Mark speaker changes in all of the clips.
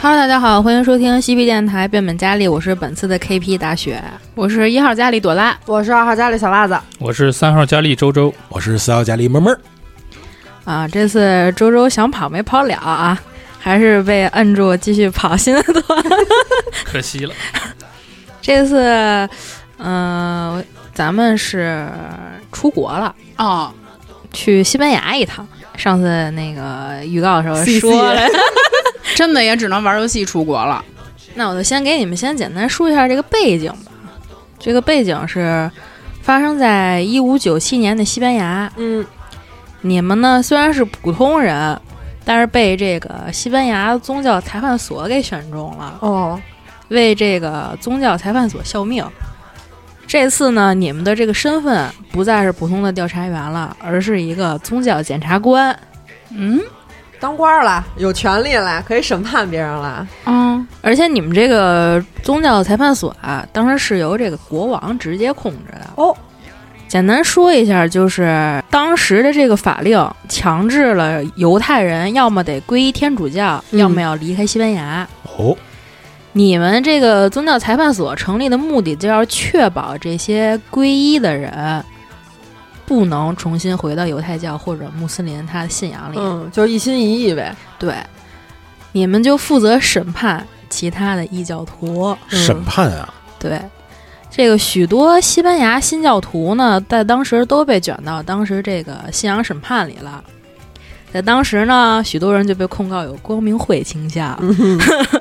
Speaker 1: Hello，大家好，欢迎收听西皮电台变本加厉，我是本次的 KP 大雪，
Speaker 2: 我是一号佳丽朵拉，
Speaker 3: 我是二号家里小辣子，
Speaker 4: 我是三号佳丽周周，
Speaker 5: 我是四号佳丽闷闷儿。
Speaker 1: 啊，这次周周想跑没跑了啊，还是被摁住继续跑新的团。
Speaker 4: 可惜了，
Speaker 1: 这次，嗯、咱们是出国了，
Speaker 2: 哦，
Speaker 1: 去西班牙一趟。上次那个预告的时候
Speaker 2: 细细
Speaker 1: 呃说了，
Speaker 2: 真的也只能玩游戏出国了。
Speaker 1: 那我就先给你们先简单说一下这个背景吧。这个背景是发生在一五九七年的西班牙，
Speaker 3: 嗯，
Speaker 1: 你们呢虽然是普通人，但是被这个西班牙宗教裁判所给选中了，
Speaker 3: 哦，
Speaker 1: 为这个宗教裁判所效命。这次呢，你们的这个身份不再是普通的调查员了，而是一个宗教检察官。
Speaker 2: 嗯
Speaker 3: 当官儿了，有权利了，可以审判别人了。
Speaker 2: 嗯，
Speaker 1: 而且你们这个宗教裁判所啊，当时是由这个国王直接控制的
Speaker 3: 哦。
Speaker 1: 简单说一下，就是当时的这个法令强制了犹太人，要么得皈依天主教，
Speaker 3: 嗯
Speaker 1: 要么要离开西班牙。
Speaker 5: 哦，
Speaker 1: 你们这个宗教裁判所成立的目的，就要确保这些皈依的人不能重新回到犹太教或者穆斯林他的信仰里。
Speaker 3: 嗯，就一心一意呗。
Speaker 1: 对，你们就负责审判其他的异教徒。
Speaker 3: 嗯
Speaker 5: 审判啊，
Speaker 1: 对，这个许多西班牙新教徒呢，在当时都被卷到当时这个信仰审判里了。在当时呢，许多人就被控告有光明会倾向。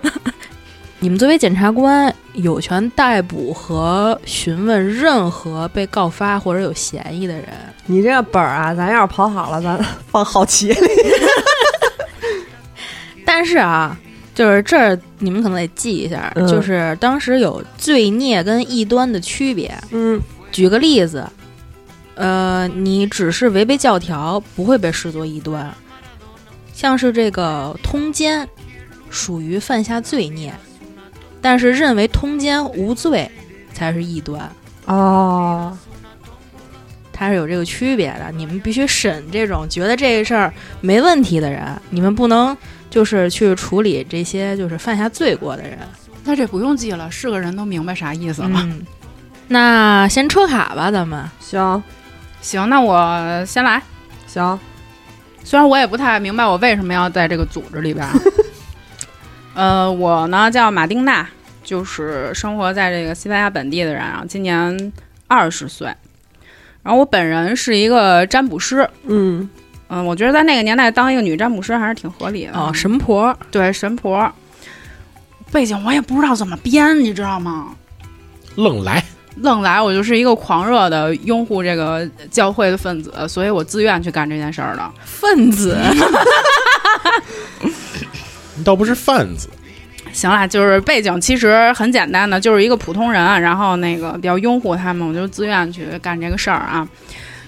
Speaker 1: 你们作为检察官，有权逮捕和询问任何被告发或者有嫌疑的人。
Speaker 3: 你这个本儿啊，咱要是跑好 了，咱放好棋里。
Speaker 1: 但是啊，就是这儿你们可能得记一下，
Speaker 3: 嗯
Speaker 1: 就是当时有罪孽跟异端的区别。
Speaker 3: 嗯
Speaker 1: 举个例子，呃，你只是违背教条，不会被视作异端。像是这个通奸，属于犯下罪孽，但是认为通奸无罪才是异端，
Speaker 3: 哦，
Speaker 1: 它是有这个区别的。你们必须审这种觉得这事儿没问题的人，你们不能就是去处理这些就是犯下罪过的人。
Speaker 2: 那这不用记了，是个人都明白啥意思了。
Speaker 1: 嗯，那先抽卡吧，咱们。
Speaker 3: 行
Speaker 2: 行，那我先来。
Speaker 3: 行，
Speaker 2: 虽然我也不太明白我为什么要在这个组织里边儿啊，呃，我呢叫马丁娜，就是生活在这个西班牙本地的人啊，今年二十岁。然后我本人是一个占卜师，
Speaker 3: 嗯
Speaker 2: 嗯、我觉得在那个年代当一个女占卜师还是挺合理的
Speaker 1: 哦，神婆，
Speaker 2: 对神婆，背景我也不知道怎么编，你知道吗？
Speaker 5: 愣来，
Speaker 2: 愣来，我就是一个狂热的拥护这个教会的分子，所以我自愿去干这件事儿的。
Speaker 1: 分子，
Speaker 5: 你倒不是贩子，
Speaker 2: 行啦，就是背景其实很简单的，就是一个普通人，啊然后那个比较拥护他们，我就自愿去干这个事儿啊。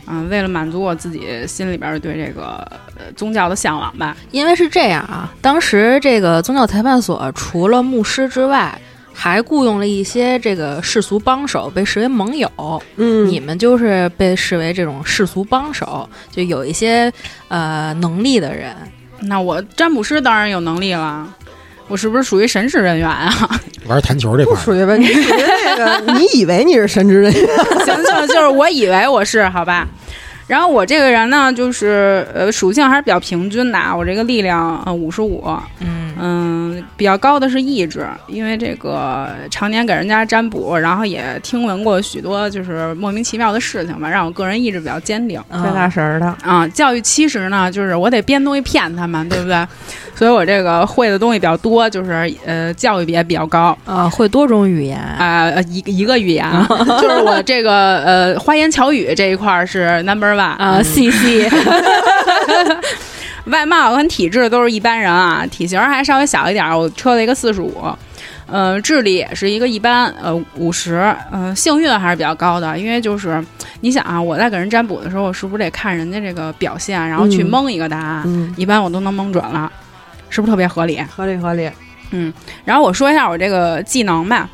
Speaker 2: 嗯，为了满足我自己心里边儿对这个呃宗教的向往吧。
Speaker 1: 因为是这样啊，当时这个宗教裁判所除了牧师之外，还雇佣了一些这个世俗帮手，被视为盟友。
Speaker 3: 嗯
Speaker 1: 你们就是被视为这种世俗帮手，就有一些呃能力的人。
Speaker 2: 那我占卜师当然有能力了，我是不是属于神职人员啊？
Speaker 5: 玩弹球这
Speaker 3: 不
Speaker 5: 块儿
Speaker 3: 属于呗？你属于那 个，你以为你是神职人员？
Speaker 2: 行行，就是我以为我是好吧。然后我这个人呢，就是呃属性还是比较平均的啊，我这个力量呃五十五，
Speaker 1: 嗯，
Speaker 2: 嗯，比较高的是意志，因为这个常年给人家占卜，然后也听闻过许多就是莫名其妙的事情吧，让我个人意志比较坚定。
Speaker 1: 嗯
Speaker 3: 神儿的，
Speaker 2: 啊，教育七十呢，就是我得编东西骗他们，对不对？所以我这个会的东西比较多，就是呃，教育也比较高。
Speaker 1: 呃会多种语言。
Speaker 2: 啊、呃一一个语言啊， 就是我这个呃花言巧语这一块儿是 number one
Speaker 1: 啊、c C，
Speaker 2: 外貌跟体质都是一般人啊，体型还稍微小一点儿，我抽了一个四十五。呃，智力也是一个一般，呃，五十，呃，幸运还是比较高的，因为就是你想啊，我在给人占卜的时候，我是不是得看人家这个表现，然后去
Speaker 3: 嗯
Speaker 2: 蒙一个答案？
Speaker 3: 嗯，
Speaker 2: 一般我都能蒙准了，是不是特别合理？
Speaker 3: 合理合理。
Speaker 2: 然后我说一下我这个技能吧。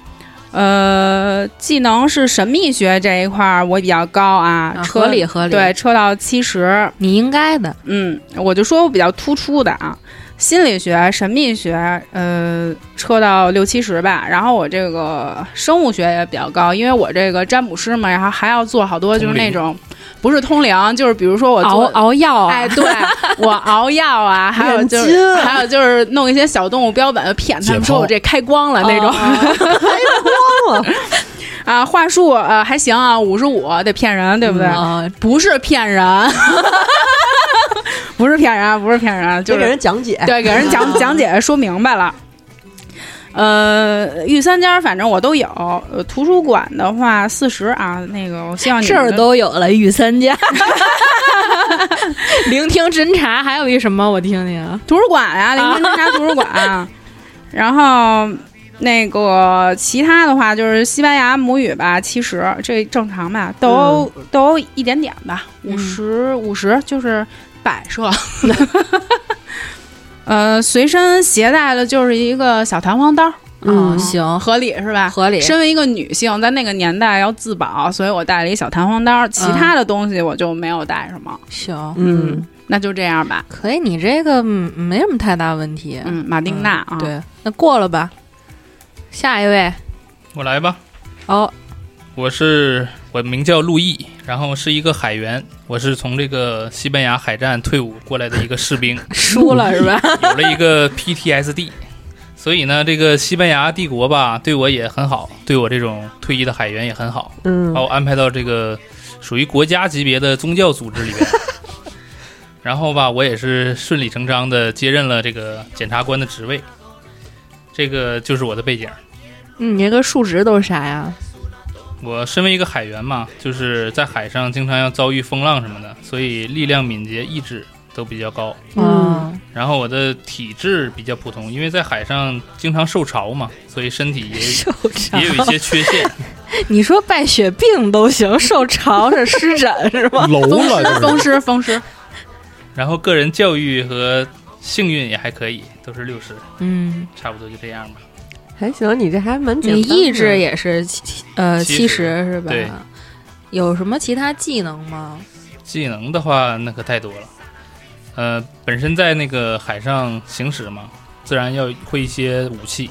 Speaker 2: 呃，技能是神秘学这一块儿我比较高啊，
Speaker 1: 啊
Speaker 2: 车
Speaker 1: 合理合理
Speaker 2: 对，车到七十，
Speaker 1: 你应该的。
Speaker 2: 嗯，我就说我比较突出的啊。心理学、神秘学，呃，撤到六七十吧。然后我这个生物学也比较高，因为我这个占卜师嘛，然后还要做好多就是那种不是通灵，就是比如说我
Speaker 1: 熬
Speaker 2: 做
Speaker 1: 熬药啊，
Speaker 2: 哎， 对我熬药啊，还有就
Speaker 3: 眼
Speaker 2: 是
Speaker 3: 睛
Speaker 2: 还有就是弄一些小动物标本骗他们
Speaker 5: 解
Speaker 2: 说
Speaker 5: 剖
Speaker 2: 我这开光了那种、
Speaker 1: 哦
Speaker 3: 光了，
Speaker 2: 啊，话术呃还行啊，五十五得骗人，对不对？
Speaker 1: 啊，
Speaker 2: 不是骗 人， 不是骗人，不是骗人，
Speaker 3: 就
Speaker 2: 就
Speaker 3: 给
Speaker 2: 是
Speaker 3: 人讲解。
Speaker 2: 对给人讲讲解说明白了。呃，御三家反正我都有，呃，图书馆的话四十啊，那个我希望你
Speaker 1: 这儿
Speaker 2: 们
Speaker 1: 都有了，御三 家， 聆听侦查，还有一什么？我听听啊，
Speaker 2: 图书馆呀、灵魂侦查图书馆、啊 然后那个其他的话就是西班牙母语吧，七十这正常吧，斗殴斗殴一点点吧，
Speaker 1: 嗯
Speaker 2: 五十五十就是摆设。 呃，随身携带的就是一个小弹簧刀，呃
Speaker 1: 嗯，
Speaker 3: 嗯
Speaker 1: 行，
Speaker 2: 合理是吧？
Speaker 1: 合理，
Speaker 2: 身为一个女性，在那个年代要自保，所以我带了一小弹簧刀，其他的东西我就没有带什么。
Speaker 1: 行，
Speaker 3: 嗯，
Speaker 2: 那就这样吧。
Speaker 1: 可以，你这个嗯没什么太大问题。
Speaker 2: 嗯，马丁娜啊，
Speaker 1: 嗯，对，那过了吧。下一位，
Speaker 4: 我来吧。
Speaker 1: 哦，
Speaker 4: 我是我名叫陆毅，然后是一个海员，我是从这个西班牙海战退伍过来的一个士兵，
Speaker 1: 输 了是吧？
Speaker 4: 有了一个 PTSD，所以呢，这个西班牙帝国吧对我也很好，对我这种退役的海员也很好，
Speaker 3: 嗯
Speaker 4: 把我安排到这个属于国家级别的宗教组织里边。然后吧，我也是顺理成章的接任了这个检察官的职位，这个就是我的背景。
Speaker 1: 嗯你这个数值都是啥呀？
Speaker 4: 我身为一个海员嘛，就是在海上经常要遭遇风浪什么的，所以力量、敏捷、意志都比较高。
Speaker 1: 嗯，
Speaker 4: 然后我的体质比较普通，因为在海上经常受潮嘛，所以身体也
Speaker 1: 受潮
Speaker 4: 也有一些缺陷。
Speaker 1: 你说败血病都行，受潮是湿疹是吧？
Speaker 5: 楼
Speaker 2: 风
Speaker 5: 了
Speaker 2: 湿，
Speaker 5: 就是
Speaker 2: 风湿，风 湿。
Speaker 4: 然后个人教育和幸运也还可以，都是六十，
Speaker 1: 嗯，
Speaker 4: 差不多就这样吧。
Speaker 3: 还行，你这还蛮简
Speaker 1: 你
Speaker 3: 单的。
Speaker 1: 意志也是七呃七
Speaker 4: 七
Speaker 1: 十
Speaker 4: 十
Speaker 1: 是吧
Speaker 4: 对？
Speaker 1: 有什么其他技能吗？
Speaker 4: 技能的话，那可太多了。呃，本身在那个海上行驶嘛，自然要会一些武器。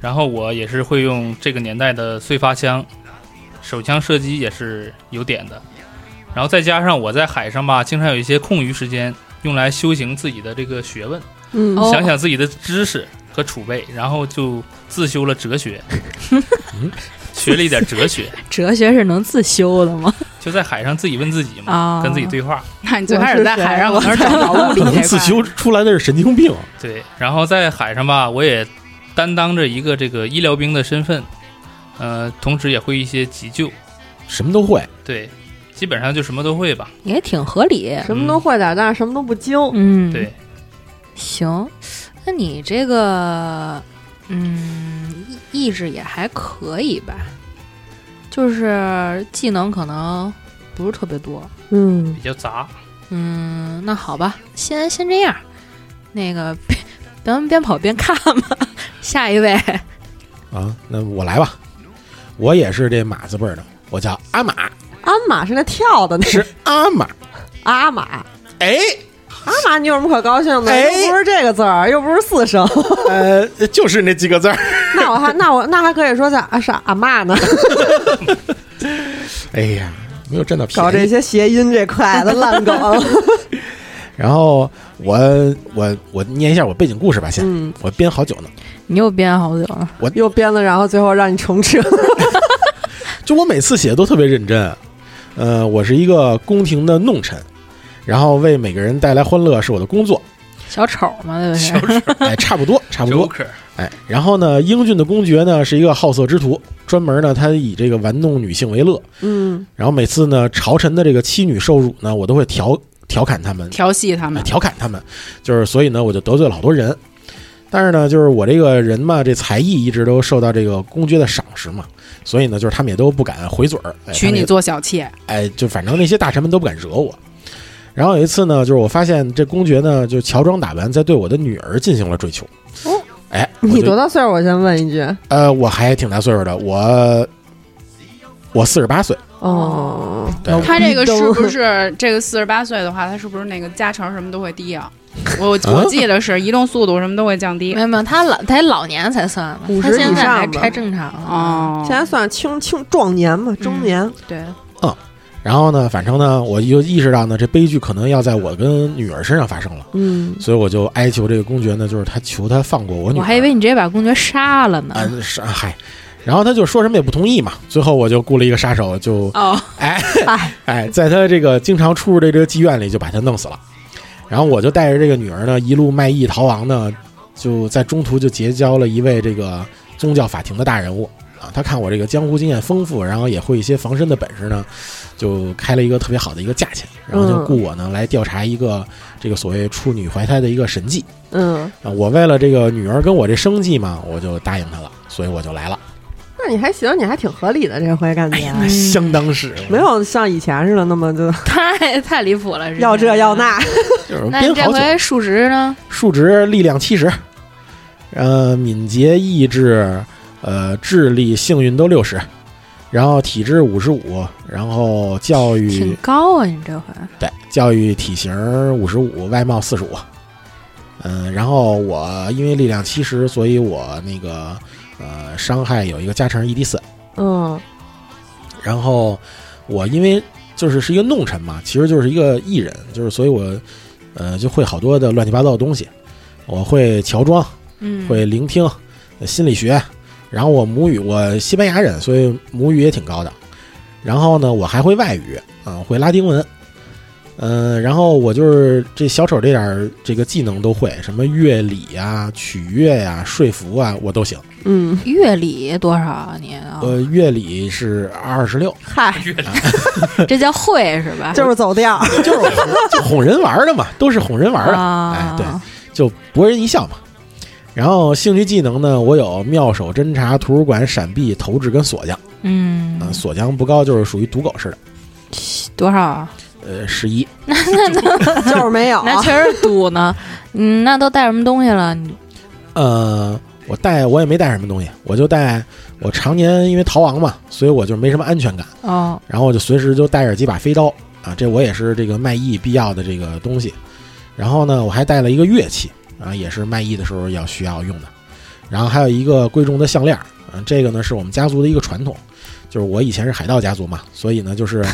Speaker 4: 然后我也是会用这个年代的碎发枪，手枪射击也是有点的。然后再加上我在海上吧，经常有一些空余时间用来修行自己的这个学问，
Speaker 3: 嗯
Speaker 1: 哦
Speaker 4: 想想自己的知识和储备，然后就自修了哲学， 学了一点哲学，
Speaker 1: 哲学是能自修的吗？
Speaker 4: 就在海上自己问自己嘛，
Speaker 1: 啊，
Speaker 4: 跟自己对话。
Speaker 2: 那你最开始在海上
Speaker 3: 我
Speaker 2: 可
Speaker 3: 是
Speaker 2: 能找不 着物理
Speaker 5: 可
Speaker 2: 这块
Speaker 5: 能
Speaker 2: 儿
Speaker 5: 自修出来的是神经病，
Speaker 4: 对，然后在海上吧，我也担当着一个这个医疗兵的身份，呃，同时也会一些急救，
Speaker 5: 什么都会。
Speaker 4: 对，基本上就什么都会吧。
Speaker 1: 也挺合理。
Speaker 3: 什么都会点儿，但是什么都不精。
Speaker 1: 嗯，
Speaker 4: 对，
Speaker 1: 行，那你这个嗯意意志也还可以吧，就是技能可能不是特别多。
Speaker 3: 嗯
Speaker 4: 比较杂。
Speaker 1: 嗯，那好吧，先先这样，那个边咱们边跑边看吧。下一位，
Speaker 5: 啊，那我来吧，我也是这马字辈儿的，我叫阿马，
Speaker 3: 鞍马是那跳的，那
Speaker 5: 是阿马。
Speaker 3: 阿马。
Speaker 5: 哎，
Speaker 3: 阿马，你有什么可高兴的？
Speaker 5: 哎
Speaker 3: 又不是这个字儿，又不是四声，
Speaker 5: 呃，就是那几个字儿。
Speaker 3: 那我还那我那还可以说叫啊是阿妈呢。
Speaker 5: 哎呀，没有占到
Speaker 3: 搞
Speaker 5: 便
Speaker 3: 这
Speaker 5: 宜。
Speaker 3: 些谐音这块的烂梗，
Speaker 5: 然后我我我念一下我背景故事吧，先，
Speaker 3: 嗯，
Speaker 5: 我编好久呢。
Speaker 1: 你又编好久了，
Speaker 3: 又编了，然后最后让你重置。
Speaker 5: 就我每次写的都特别认真。呃，我是一个宫廷的弄臣，然后为每个人带来欢乐是我的工作，
Speaker 1: 小丑嘛，对不
Speaker 4: 小
Speaker 1: 对？
Speaker 4: 丑
Speaker 5: 哎，差不多，差不多，
Speaker 4: Joker，
Speaker 5: 哎。然后呢，英俊的公爵呢是一个好色之徒，专门呢他以这个玩弄女性为乐。
Speaker 3: 嗯，
Speaker 5: 然后每次呢，朝臣的这个妻女受辱呢，我都会调调侃他们，
Speaker 2: 调戏他们
Speaker 5: 啊，。调侃他们，就是所以呢，我就得罪了好多人。但是呢，就是我这个人嘛，这才艺一直都受到这个公爵的赏识嘛，所以呢，就是他们也都不敢回嘴儿，哎、
Speaker 2: 娶
Speaker 5: 他们也
Speaker 2: 你做小 妾，
Speaker 5: 哎，就反正那些大臣们都不敢惹我。然后有一次呢，就是我发现这公爵呢，就乔装打扮，在对我的女儿进行了追求。
Speaker 3: 哦，
Speaker 5: 哎，我
Speaker 3: 你
Speaker 5: 就
Speaker 3: 多大岁数？我先问一句。
Speaker 5: 呃，我还挺大岁数的，我我四十八岁。
Speaker 3: 哦，
Speaker 5: 对
Speaker 2: 他这个是不是这个四十八岁的话，他是不是那个加成什么都会低啊？我我记得是移动速度什么都会降低
Speaker 1: 没。有没有，他老他老年才算嘛，
Speaker 3: 50
Speaker 1: 他现
Speaker 3: 以
Speaker 1: 在
Speaker 3: 上
Speaker 1: 还
Speaker 3: 吧
Speaker 1: 太正常啊了。
Speaker 2: 哦，
Speaker 3: 现在算青青壮年嘛，中年。
Speaker 1: 对，
Speaker 5: 然后呢，反正呢，我就意识到呢，这悲剧可能要在我跟女儿身上发生了，
Speaker 3: 嗯，
Speaker 5: 所以我就哀求这个公爵呢，就是他求他放过我女儿。
Speaker 1: 我还以为你直接把公爵杀了呢。
Speaker 5: 嗯是啊嗨，然后他就说什么也不同意嘛。最后我就雇了一个杀手，就
Speaker 1: 哦，
Speaker 5: 哎
Speaker 3: 哎，
Speaker 5: 哎，在他这个经常出入的这个妓院里就把他弄死了。然后我就带着这个女儿呢，一路卖艺逃亡呢，就在中途就结交了一位这个宗教法庭的大人物啊。他看我这个江湖经验丰富，然后也会一些防身的本事呢，就开了一个特别好的一个价钱，然后就雇我呢来调查一个这个所谓处女怀胎的一个神迹
Speaker 3: 嗯，
Speaker 5: 啊。我为了这个女儿跟我这生计嘛，我就答应他了，所以我就来了，
Speaker 3: 那你还行，你还挺合理的，这回感觉、
Speaker 1: 嗯
Speaker 5: 相当是
Speaker 3: 没有像以前似的那么就
Speaker 1: 太太离谱了，
Speaker 3: 要这要。那。
Speaker 5: 就是
Speaker 1: 那你
Speaker 5: 编
Speaker 1: 这
Speaker 5: 好久。
Speaker 1: 回数值呢？
Speaker 5: 数值力量七十，呃，敏捷、意志、呃，智力、幸运都六十，然后体质五十五，然后教
Speaker 1: 挺
Speaker 5: 育
Speaker 1: 高啊，你这回。
Speaker 5: 对教育体型五十五，外貌四十五，嗯，然后我因为力量七十，所以我那个呃伤害有一个加成一 d 四，
Speaker 3: 嗯
Speaker 5: 然后我因为就是是一个弄臣嘛，其实就是一个艺人，就是所以我呃就会好多的乱七八糟的东西，我会乔装。
Speaker 1: 嗯，
Speaker 5: 会聆听呃心理学，然后我母语我西班牙人，所以母语也挺高的。然后呢，我还会外语啊、会拉丁文，嗯、然后我就是这小丑这点儿这个技能都会，什么乐理啊、取悦呀、说服啊，我都行。
Speaker 3: 嗯，
Speaker 1: 月理多少啊你？啊
Speaker 5: 呃，乐理是二 十六，
Speaker 3: 嗨，
Speaker 4: 阅历
Speaker 1: 这叫会是吧？
Speaker 3: 就是走调。
Speaker 5: 就是我就哄人玩儿的嘛，都是哄人玩儿的。哎
Speaker 1: 啊，
Speaker 5: 对就博人一笑嘛。然后兴趣技能呢，我有妙手、侦查、图书馆、闪避、投掷跟锁匠。
Speaker 1: 嗯
Speaker 5: 啊，，锁匠不高，就是属于赌狗似的。
Speaker 1: 多少啊？
Speaker 5: 呃，十一，
Speaker 3: 就是没
Speaker 5: 啊
Speaker 3: 有。啊
Speaker 1: 那确实堵呢。嗯，那都带什么东西了？你
Speaker 5: 呃，我带我也没带什么东西，我就带我常年因为逃亡嘛，所以我就没什么安全感，
Speaker 1: 哦，
Speaker 5: 然后我就随时就带着几把飞刀啊，这我也是这个卖艺必要的这个东西。然后呢，我还带了一个乐器啊，也是卖艺的时候要需要用的。然后还有一个贵重的项链，嗯、这个呢是我们家族的一个传统，就是我以前是海盗家族嘛，所以呢 就是，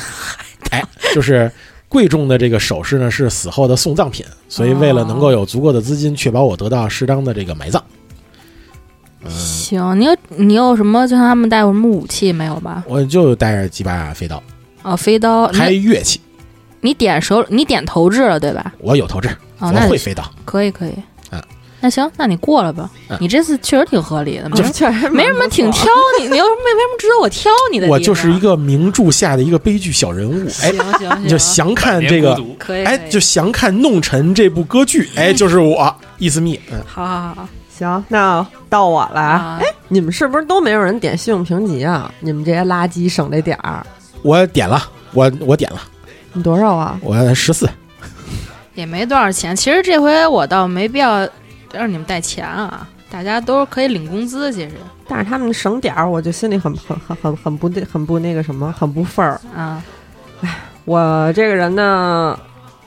Speaker 5: 哎，就是贵重的这个首饰呢是死后的送葬品，所以为了能够有足够的资金，确保我得到适当的这个埋葬。嗯，
Speaker 1: 行，你有你有什么？就像他们带有什么武器没有吧？
Speaker 5: 我就带着几把飞刀，
Speaker 1: 哦，飞刀。
Speaker 5: 还
Speaker 1: 你
Speaker 5: 乐器，
Speaker 1: 你点手，你点投掷了对吧？
Speaker 5: 我有投掷，
Speaker 1: 哦，
Speaker 5: 我
Speaker 1: 那
Speaker 5: 会飞刀。
Speaker 1: 可以可以
Speaker 5: 啊。
Speaker 1: 那行，那你过了吧
Speaker 5: 啊。
Speaker 1: 你这次确实挺合理的嘛，
Speaker 3: 确实
Speaker 1: 没什么挺挑你，你有什么没没什么值得我挑你的地方。
Speaker 5: 我就是一个名著下的一个悲剧小人物，哎
Speaker 3: 啊
Speaker 1: 行，行
Speaker 5: 你就
Speaker 1: 行，
Speaker 5: 详看这个，
Speaker 1: 可以，
Speaker 5: 哎，
Speaker 1: 可以
Speaker 5: 就详看《弄臣》这部歌剧， 哎，就是我伊思密，嗯，
Speaker 1: 好好好
Speaker 3: 行。那到我了啊，
Speaker 1: 啊。
Speaker 3: 你们是不是都没有人点信用评级啊？你们这些垃圾省这点儿，
Speaker 5: 我点了，我我点了，
Speaker 3: 你多少啊？
Speaker 5: 我十四，
Speaker 1: 也没多少钱。其实这回我倒没必要让你们带钱啊，大家都是可以领工资。其实
Speaker 3: 但是他们省点儿，我就心里很很很很很不对，很不那个什么，很不忿儿。
Speaker 1: 啊，
Speaker 3: 我这个人呢，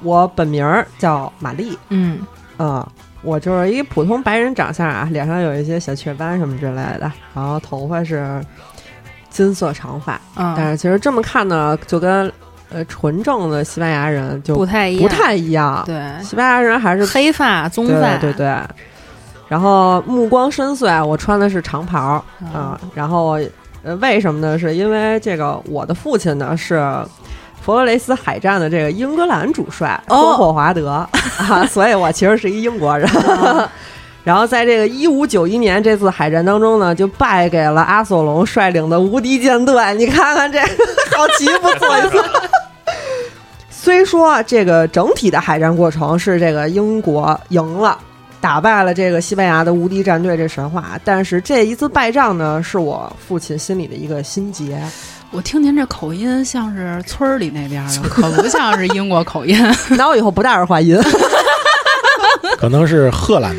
Speaker 3: 我本名儿叫玛丽
Speaker 1: 嗯，
Speaker 3: 啊、我就是一普通白人长相啊，脸上有一些小雀斑什么之类的，然后头发是金色长发，但
Speaker 1: 嗯，
Speaker 3: 是其实这么看呢，就跟呃纯正的西班牙人就
Speaker 1: 不太一样，
Speaker 3: 不太一样。
Speaker 1: 对，
Speaker 3: 西班牙人还是
Speaker 1: 黑发棕发，
Speaker 3: 对对对。然后目光深邃，我穿的是长袍啊、
Speaker 1: 啊，
Speaker 3: 然后呃，为什么呢？是因为这个我的父亲呢是佛罗雷斯海战的这个英格兰主帅
Speaker 1: 哦
Speaker 3: 多霍华德、啊，所以我其实是一英国人。 然后在这个一五九一年这次海战当中呢，就败给了阿索隆率领的无敌舰队。你看看这 个，好奇不错一次。虽说这个整体的海战过程是这个英国赢了，打败了这个西班牙的无敌战队这神话，但是这一次败仗呢，是我父亲心里的一个心结。
Speaker 2: 我听您这口音像是村儿里那边的，可不像是英国口音。
Speaker 3: 那我以后不带耳环音。
Speaker 5: 可能是荷兰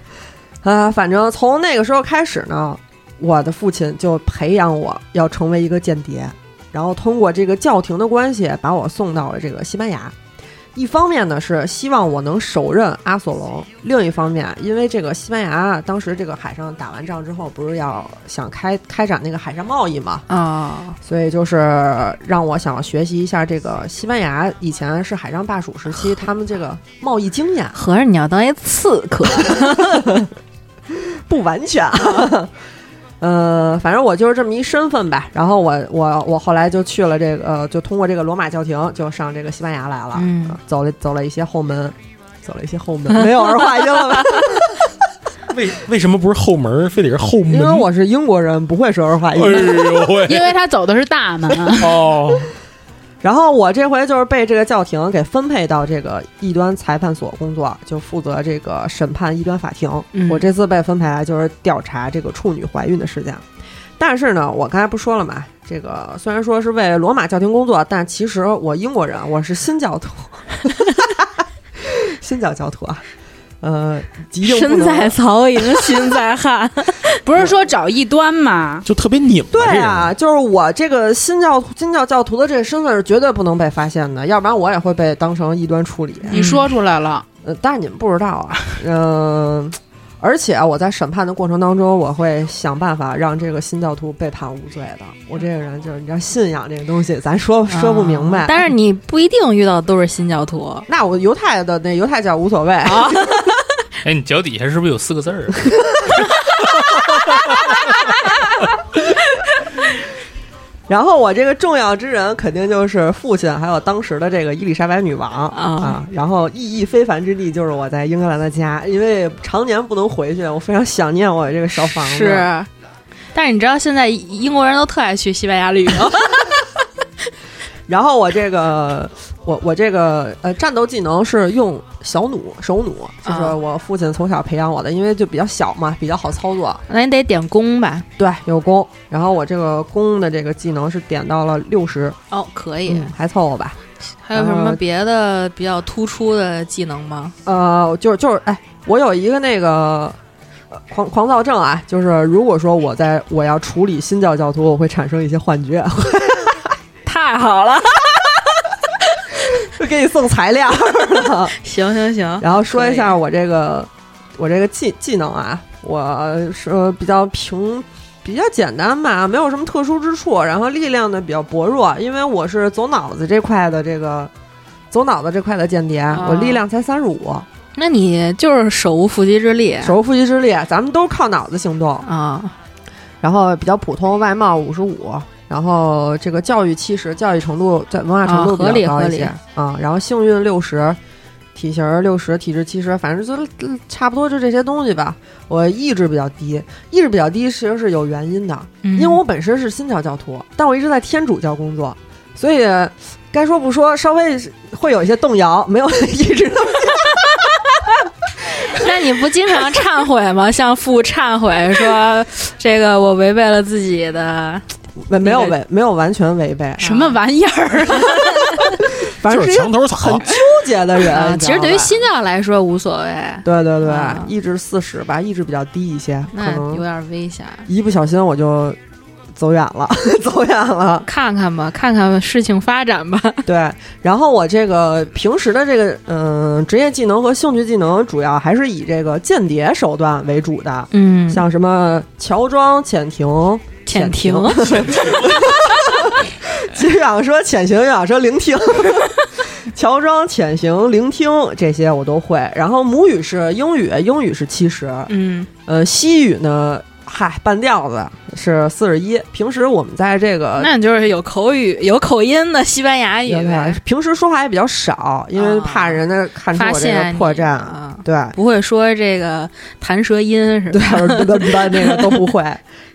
Speaker 5: 的，
Speaker 3: 啊，反正从那个时候开始呢，我的父亲就培养我要成为一个间谍，然后通过这个教廷的关系把我送到了这个西班牙。一方面呢是希望我能手刃阿索隆，另一方面，因为这个西班牙当时这个海上打完仗之后，不是要想开开展那个海上贸易嘛，
Speaker 1: 啊，
Speaker 3: 所以就是让我想学习一下这个西班牙以前是海上霸主时期他们这个贸易经验，
Speaker 1: 合着你要当一刺客，
Speaker 3: 不完全啊。 呃，反正我就是这么一身份吧。然后我我我后来就去了这个，呃，就通过这个罗马教廷，就上这个西班牙来了，
Speaker 1: 嗯
Speaker 3: 啊走了走了一些后门，走了一些后门， 没有儿化音了吧？
Speaker 5: 为为什么不是后门儿，非得是后门？
Speaker 3: 因为 我是英国人，不会说儿化
Speaker 5: 哎
Speaker 3: 音。
Speaker 5: 呦
Speaker 2: 因
Speaker 5: 喂！
Speaker 2: 为他走的是大门，
Speaker 5: 哦，
Speaker 3: 然后我这回就是被这个教廷给分配到这个异端裁判所工作，就负责这个审判异端法庭。
Speaker 1: 嗯
Speaker 3: 我这次被分配来就是调查这个处女怀孕的事件。但是呢，我刚才不说了嘛，这个虽然说是为罗马教廷工作，但其实我英国人，我是新 教徒，新教教徒啊，呃，一定不
Speaker 1: 身
Speaker 3: 能
Speaker 1: 在曹营心在汉，
Speaker 2: 不是说找异端吗？
Speaker 5: 就特别拧巴。
Speaker 3: 对
Speaker 5: 这
Speaker 3: 啊，
Speaker 5: 人，
Speaker 3: 就是我这个新教新教教徒的这个身份是绝对不能被发现的，要不然我也会被当成异端处理。
Speaker 2: 你说出来了，
Speaker 3: 呃，但是你们不知道啊，嗯、而且啊我在审判的过程当中，我会想办法让这个新教徒被判无罪的。我这个人就是，你知道信仰这个东西，咱说说不明白。
Speaker 1: 啊但是你不一定遇到的都是新教徒，
Speaker 3: 那我犹太的那犹太教无所谓，
Speaker 1: 啊
Speaker 4: 哎，你脚底下是不是有四个字儿？
Speaker 3: 然后我这个重要之人肯定就是父亲，还有当时的这个伊丽莎白女王
Speaker 1: 啊
Speaker 3: 啊。然后意义非凡之地就是我在英格兰的家，因为常年不能回去，我非常想念我这个小房子。
Speaker 1: 是。但是你知道现在英国人都特爱去西班牙旅游，
Speaker 3: 然后我这个，我我这个呃，战斗技能是用小弩、手弩，就是
Speaker 1: 啊
Speaker 3: 我父亲从小培养我的，因为就比较小嘛，比较好操作。
Speaker 1: 那你得点弓吧？
Speaker 3: 对，有弓。然后我这个弓的这个技能是点到了六十，
Speaker 1: 哦，可以。
Speaker 3: 嗯，还凑合吧。
Speaker 1: 还有什么
Speaker 3: 呃
Speaker 1: 别的比较突出的技能吗？
Speaker 3: 呃，就是就是，哎，我有一个那个。呃狂狂躁症啊，就是如果说我在我要处理新教教徒，我会产生一些幻觉，
Speaker 1: 太好 了，
Speaker 3: 会给你送材料了。
Speaker 1: 行行行，
Speaker 3: 然后说一下我这个我这个技技能啊，我是比较平。比较简单吧，没有什么特殊之处。然后力量呢比较薄弱，因为我是走脑子这块的这个走脑子这块的间谍，
Speaker 1: 啊
Speaker 3: 我力量才三十五，
Speaker 1: 那你就是手无缚鸡之力
Speaker 3: 手无缚鸡之力，咱们都是靠脑子行动。
Speaker 1: 啊，
Speaker 3: 然后比较普通，外貌五十五，然后这个教育七十，教育程度在文化程度
Speaker 1: 啊合
Speaker 3: 比
Speaker 1: 理
Speaker 3: 较高
Speaker 1: 合
Speaker 3: 一
Speaker 1: 理
Speaker 3: 些啊然后幸运六十，体型六十，体质七十，反正就、嗯差不多就这些东西吧。我意志比较低，意志比较低其实是有原因的，
Speaker 1: 因
Speaker 3: 因为我本身是新教教徒，但我一直在天主教工作，所以该说不说，稍微会有一些动摇，没有 意志那么
Speaker 1: 那你不经常忏悔吗？向父忏悔说，这个我违背了自己的，
Speaker 3: 没没有违没有完全违背，
Speaker 2: 什么玩意儿啊？
Speaker 3: 反正
Speaker 5: 就是是
Speaker 3: 一个
Speaker 5: 墙头
Speaker 3: 很
Speaker 5: 草。啊
Speaker 3: 纠结的 人。
Speaker 1: 啊，
Speaker 3: 你知
Speaker 1: 其实
Speaker 3: 道
Speaker 1: 对于
Speaker 3: 吧
Speaker 1: 新教来说无所谓，
Speaker 3: 对对对，
Speaker 1: 啊
Speaker 3: 意志四十吧，意志比较低一些，可
Speaker 1: 那有
Speaker 3: 能
Speaker 1: 点危险。
Speaker 3: 一不小心我就走远了， 走远了。
Speaker 1: 看看吧，看看事情发展吧。
Speaker 3: 对，然后我这个平时的这个嗯、职业技能和兴趣技能，主要还是以这个间谍手段为主的，
Speaker 1: 嗯
Speaker 3: 像什么乔装、潜艇、
Speaker 1: 潜
Speaker 3: 艇
Speaker 1: 艇，
Speaker 3: 其实想说潜行，又想说聆听。 乔装、潜行、聆听这些我都会，然后母语是英语，英语是七十，
Speaker 1: 嗯
Speaker 3: 呃，西语呢，嗨，半吊子是四十一。平时我们在这个
Speaker 1: 那你就是有口语、有口音的西班牙语
Speaker 3: 对
Speaker 1: 呗，
Speaker 3: 平时说话也比较少，因为怕人家看出
Speaker 1: 啊发
Speaker 3: 我这
Speaker 1: 现
Speaker 3: 个
Speaker 1: 你
Speaker 3: 破绽。
Speaker 1: 啊，
Speaker 3: 对
Speaker 1: 不会说这个弹舌音是
Speaker 3: 对
Speaker 1: 吧？，
Speaker 3: 噔 噔噔那个都 不会。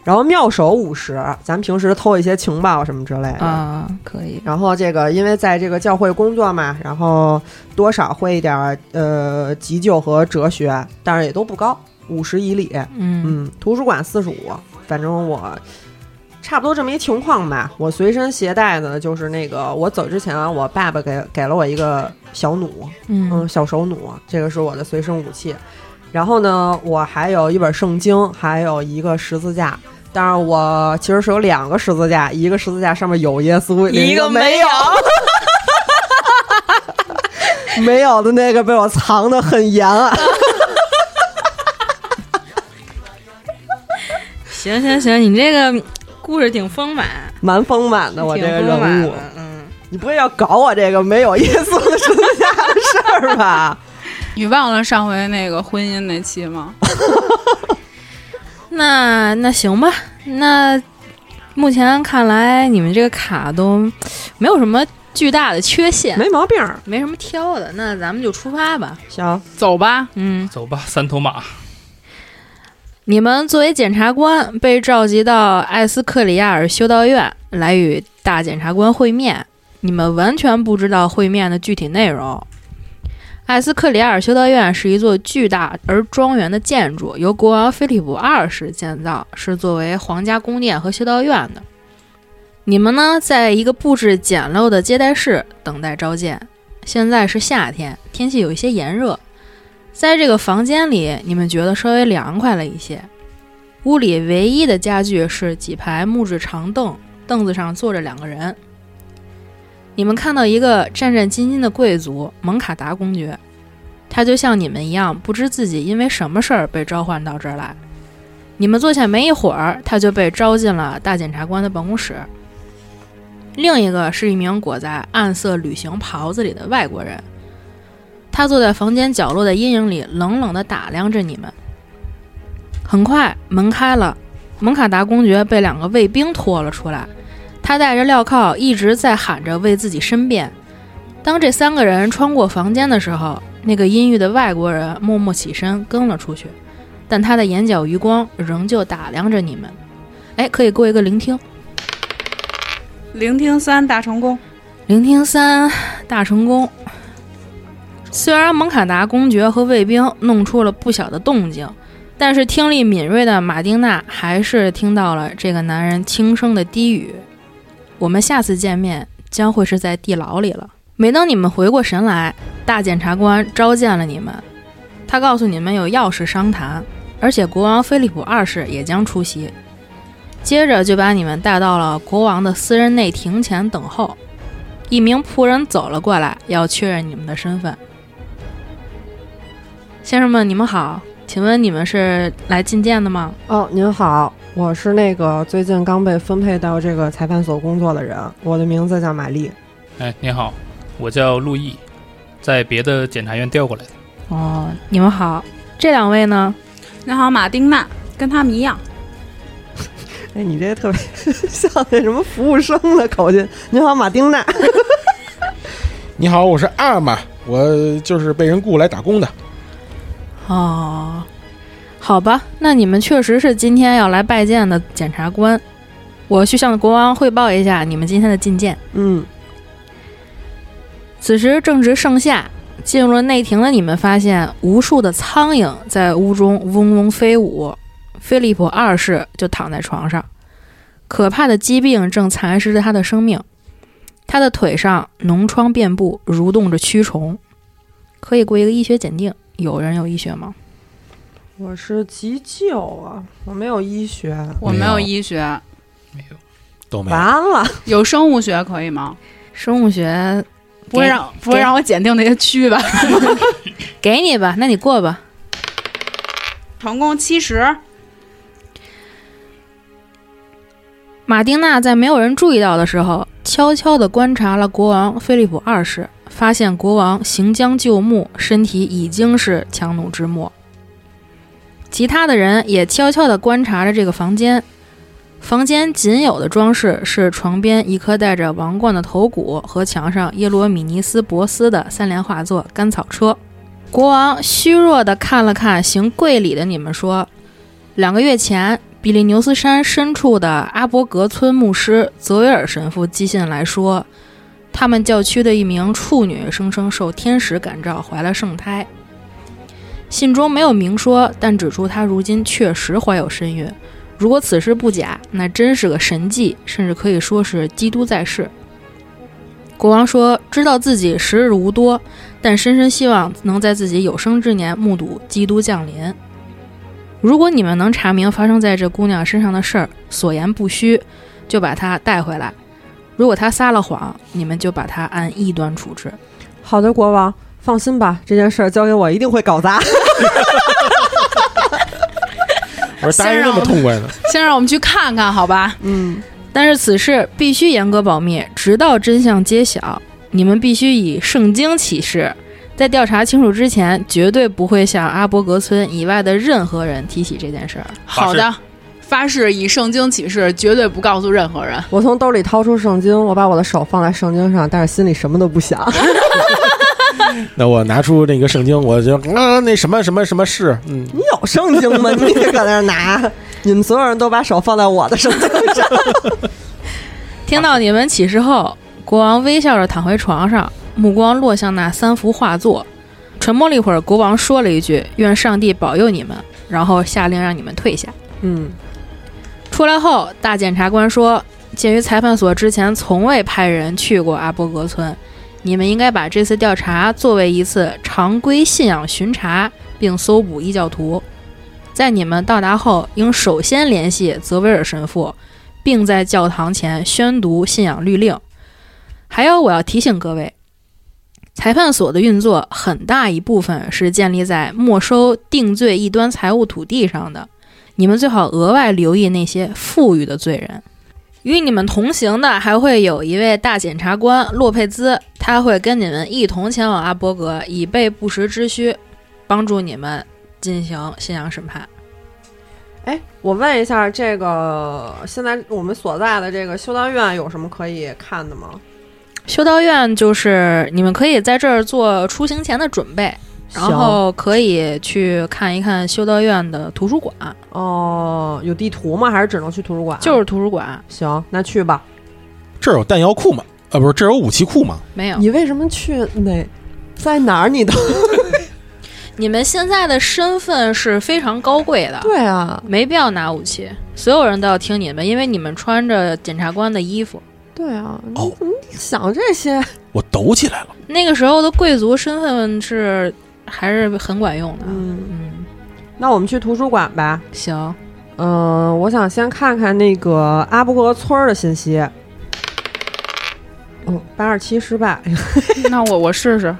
Speaker 3: 然后妙手五十，咱平时偷一些情报什么之类的。
Speaker 1: 啊，可以。
Speaker 3: 然后这个，因为在这个教会工作嘛，然后多少会一点儿呃急救和哲学，但是也都不高，五十以里。
Speaker 1: 嗯，
Speaker 3: 嗯，图书馆四十五，反正我差不多这么一情况吧。我随身携带的就是那个，我走之前啊我爸爸给给了我一个小弩，嗯，
Speaker 1: 嗯
Speaker 3: 小手弩，这个是我的随身武器。然后呢，我还有一本圣经，还有一个十字架。但是我其实是有两个十字架，一个十字架上面有耶稣，另
Speaker 1: 一
Speaker 3: 一
Speaker 1: 个没
Speaker 3: 有。 没有的那个被我藏得很严啊。
Speaker 1: 行行行，你这个故事挺丰满，
Speaker 3: 蛮丰满的，我这
Speaker 1: 挺
Speaker 3: 个
Speaker 1: 丰满
Speaker 3: 人物，
Speaker 1: 的，嗯，
Speaker 3: 你不会要搞我这个没有耶稣的十字架的事 儿吧？
Speaker 2: 你忘了上回那个婚姻那期吗？
Speaker 1: 那那行吧，那目前看来你们这个卡都没有什么巨大的缺陷，
Speaker 3: 没毛病儿，
Speaker 1: 没什么挑的，那咱们就出发吧。
Speaker 3: 行，
Speaker 2: 走吧，
Speaker 1: 嗯，
Speaker 4: 走吧，三头马，
Speaker 1: 你们作为检察官被召集到艾斯克里亚尔修道院来与大检察官会面，你们完全不知道会面的具体内容。艾斯克里亚尔修道院是一座巨大而庄园的建筑，由国王菲利普二世建造，是作为皇家宫殿和修道院的。你们呢，在一个布置简陋的接待室等待召见。现在是夏天，天气有一些炎热，在这个房间里，你们觉得稍微凉快了一些。屋里唯一的家具是几排木质长凳，凳子上坐着两个人。你们看到一个战战兢兢的贵族蒙卡达公爵，他就像你们一样，不知自己因为什么事儿被召唤到这儿来。你们坐下没一会儿，他就被招进了大检察官的办公室。另一个是一名裹在暗色旅行袍子里的外国人，他坐在房间角落的阴影里，冷冷地打量着你们。很快，门开了，蒙卡达公爵被两个卫兵拖了出来。他戴着镣铐，一直在喊着为自己申辩。当这三个人穿过房间的时候，那个阴郁的外国人默默起身跟了出去，但他的眼角余光仍旧打量着你们。哎，可以给我一个聆听，
Speaker 2: 聆听三大成功。
Speaker 1: 聆听三大成功。虽然蒙卡达公爵和卫兵弄出了不小的动静，但是听力敏锐的马丁娜还是听到了这个男人轻声的低语：“我们下次见面将会是在地牢里了。”每当你们回过神来，大检察官召见了你们，他告诉你们有要事商谈，而且国王菲利普二世也将出席。接着就把你们带到了国王的私人内庭前等候。一名仆人走了过来，要确认你们的身份。先生们，你们好，请问你们是来觐见的吗？
Speaker 3: 哦，您好，我是那个最近刚被分配到这个裁判所工作的人，我的名字叫玛丽。
Speaker 4: 哎，你好，我叫陆毅，在别的检察院调过来的。
Speaker 1: 哦，你们好，这两位呢？
Speaker 2: 你好，马丁娜，跟他们一样。
Speaker 3: 哎，你这特别像那什么服务生的口音。您好，马丁娜。
Speaker 5: 你好，我是阿玛，我就是被人雇来打工的。
Speaker 1: 哦，好吧，那你们确实是今天要来拜见的检察官。我去向国王汇报一下你们今天的觐见。
Speaker 3: 嗯，
Speaker 1: 此时正值盛夏，进入了内廷的你们发现，无数的苍蝇在屋中嗡嗡飞舞。菲利普二世就躺在床上，可怕的疾病正蚕食着他的生命。他的腿上脓疮遍布，蠕动着蛆虫。可以过一个医学检定，有人有医学吗？
Speaker 3: 我是急救啊，我没有医学。
Speaker 2: 我没有医学，
Speaker 4: 没有，
Speaker 5: 都没有
Speaker 3: 完了，
Speaker 2: 有生物学可以吗？
Speaker 1: 生物学
Speaker 2: 不会让不会让我检定那些蛆吧？
Speaker 1: 给你吧，那你过吧。
Speaker 2: 成功七十，
Speaker 1: 马丁娜在没有人注意到的时候，悄悄地观察了国王菲利普二世，发现国王行将就木，身体已经是强弩之末。其他的人也悄悄地观察着这个房间。房间仅有的装饰是床边一颗戴着王冠的头骨和墙上耶罗米尼斯博斯的三联画作《甘草车》。国王虚弱地看了看行跪礼的你们，说：“两个月前，比利牛斯山深处的阿伯格村牧师泽维尔神父寄信来说，他们教区的一名处女生生受天使感召，怀了圣胎。信中没有明说，但指出她如今确实怀有身孕。如果此事不假，那真是个神迹，甚至可以说是基督在世。国王说，知道自己时日无多，但深深希望能在自己有生之年目睹基督降临。如果你们能查明发生在这姑娘身上的事儿，所言不虚，就把她带回来；如果她撒了谎，你们就把她按异端处置。
Speaker 3: 好的，国王。放心吧，这件事儿交给我，一定会搞砸。
Speaker 5: 我说答应那么痛快呢，
Speaker 2: 先让我们去看看，好吧？
Speaker 3: 嗯，
Speaker 1: 但是此事必须严格保密，直到真相揭晓。你们必须以圣经起誓，在调查清楚之前，绝对不会向阿波格村以外的任何人提起这件事儿。
Speaker 2: 好的，发誓以圣经起誓，绝对不告诉任何人。
Speaker 3: 我从兜里掏出圣经，我把我的手放在圣经上，但是心里什么都不想。
Speaker 5: 那我拿出那个圣经，我就啊那什么什么什么是，嗯，
Speaker 3: 你有圣经吗？你搁那儿拿？你们所有人都把手放在我的圣经上。
Speaker 1: 听到你们起誓后，国王微笑着躺回床上，目光落向那三幅画作。沉默了一会儿，国王说了一句：“愿上帝保佑你们。”然后下令让你们退下。
Speaker 3: 嗯，
Speaker 1: 出来后，大检察官说：“鉴于裁判所之前从未派人去过阿波格村，你们应该把这次调查作为一次常规信仰巡查，并搜捕异教徒。在你们到达后，应首先联系泽维尔神父，并在教堂前宣读信仰律令。还有，我要提醒各位。”裁判所的运作很大一部分是建立在没收定罪异端财物土地上的，你们最好额外留意那些富裕的罪人。与你们同行的还会有一位大检察官洛佩兹，他会跟你们一同前往阿伯格，以备不时之需，帮助你们进行信仰审判。
Speaker 3: 哎，我问一下，这个现在我们所在的这个修道院有什么可以看的吗？
Speaker 1: 修道院就是你们可以在这儿做出行前的准备，然后可以去看一看修道院的图书馆，
Speaker 3: 哦、有地图吗？还是只能去图书馆？
Speaker 1: 就是图书馆
Speaker 3: 行，那去吧。
Speaker 5: 这儿有弹药库吗？啊，不是，这儿有武器库吗？
Speaker 1: 没有。
Speaker 3: 你为什么去哪？在哪儿？你都
Speaker 1: 你们现在的身份是非常高贵的，
Speaker 3: 对啊，
Speaker 1: 没必要拿武器，所有人都要听你们，因为你们穿着检察官的衣服。
Speaker 3: 对啊，你
Speaker 5: 哦
Speaker 3: 怎么想这些？
Speaker 5: 我抖起来了。
Speaker 1: 那个时候的贵族身份是还是很管用的。
Speaker 3: 嗯，
Speaker 1: 嗯，
Speaker 3: 那我们去图书馆吧。
Speaker 1: 行，
Speaker 3: 嗯、我想先看看那个阿布格村儿的信息。哦，八二七失败，
Speaker 2: 那我我试试，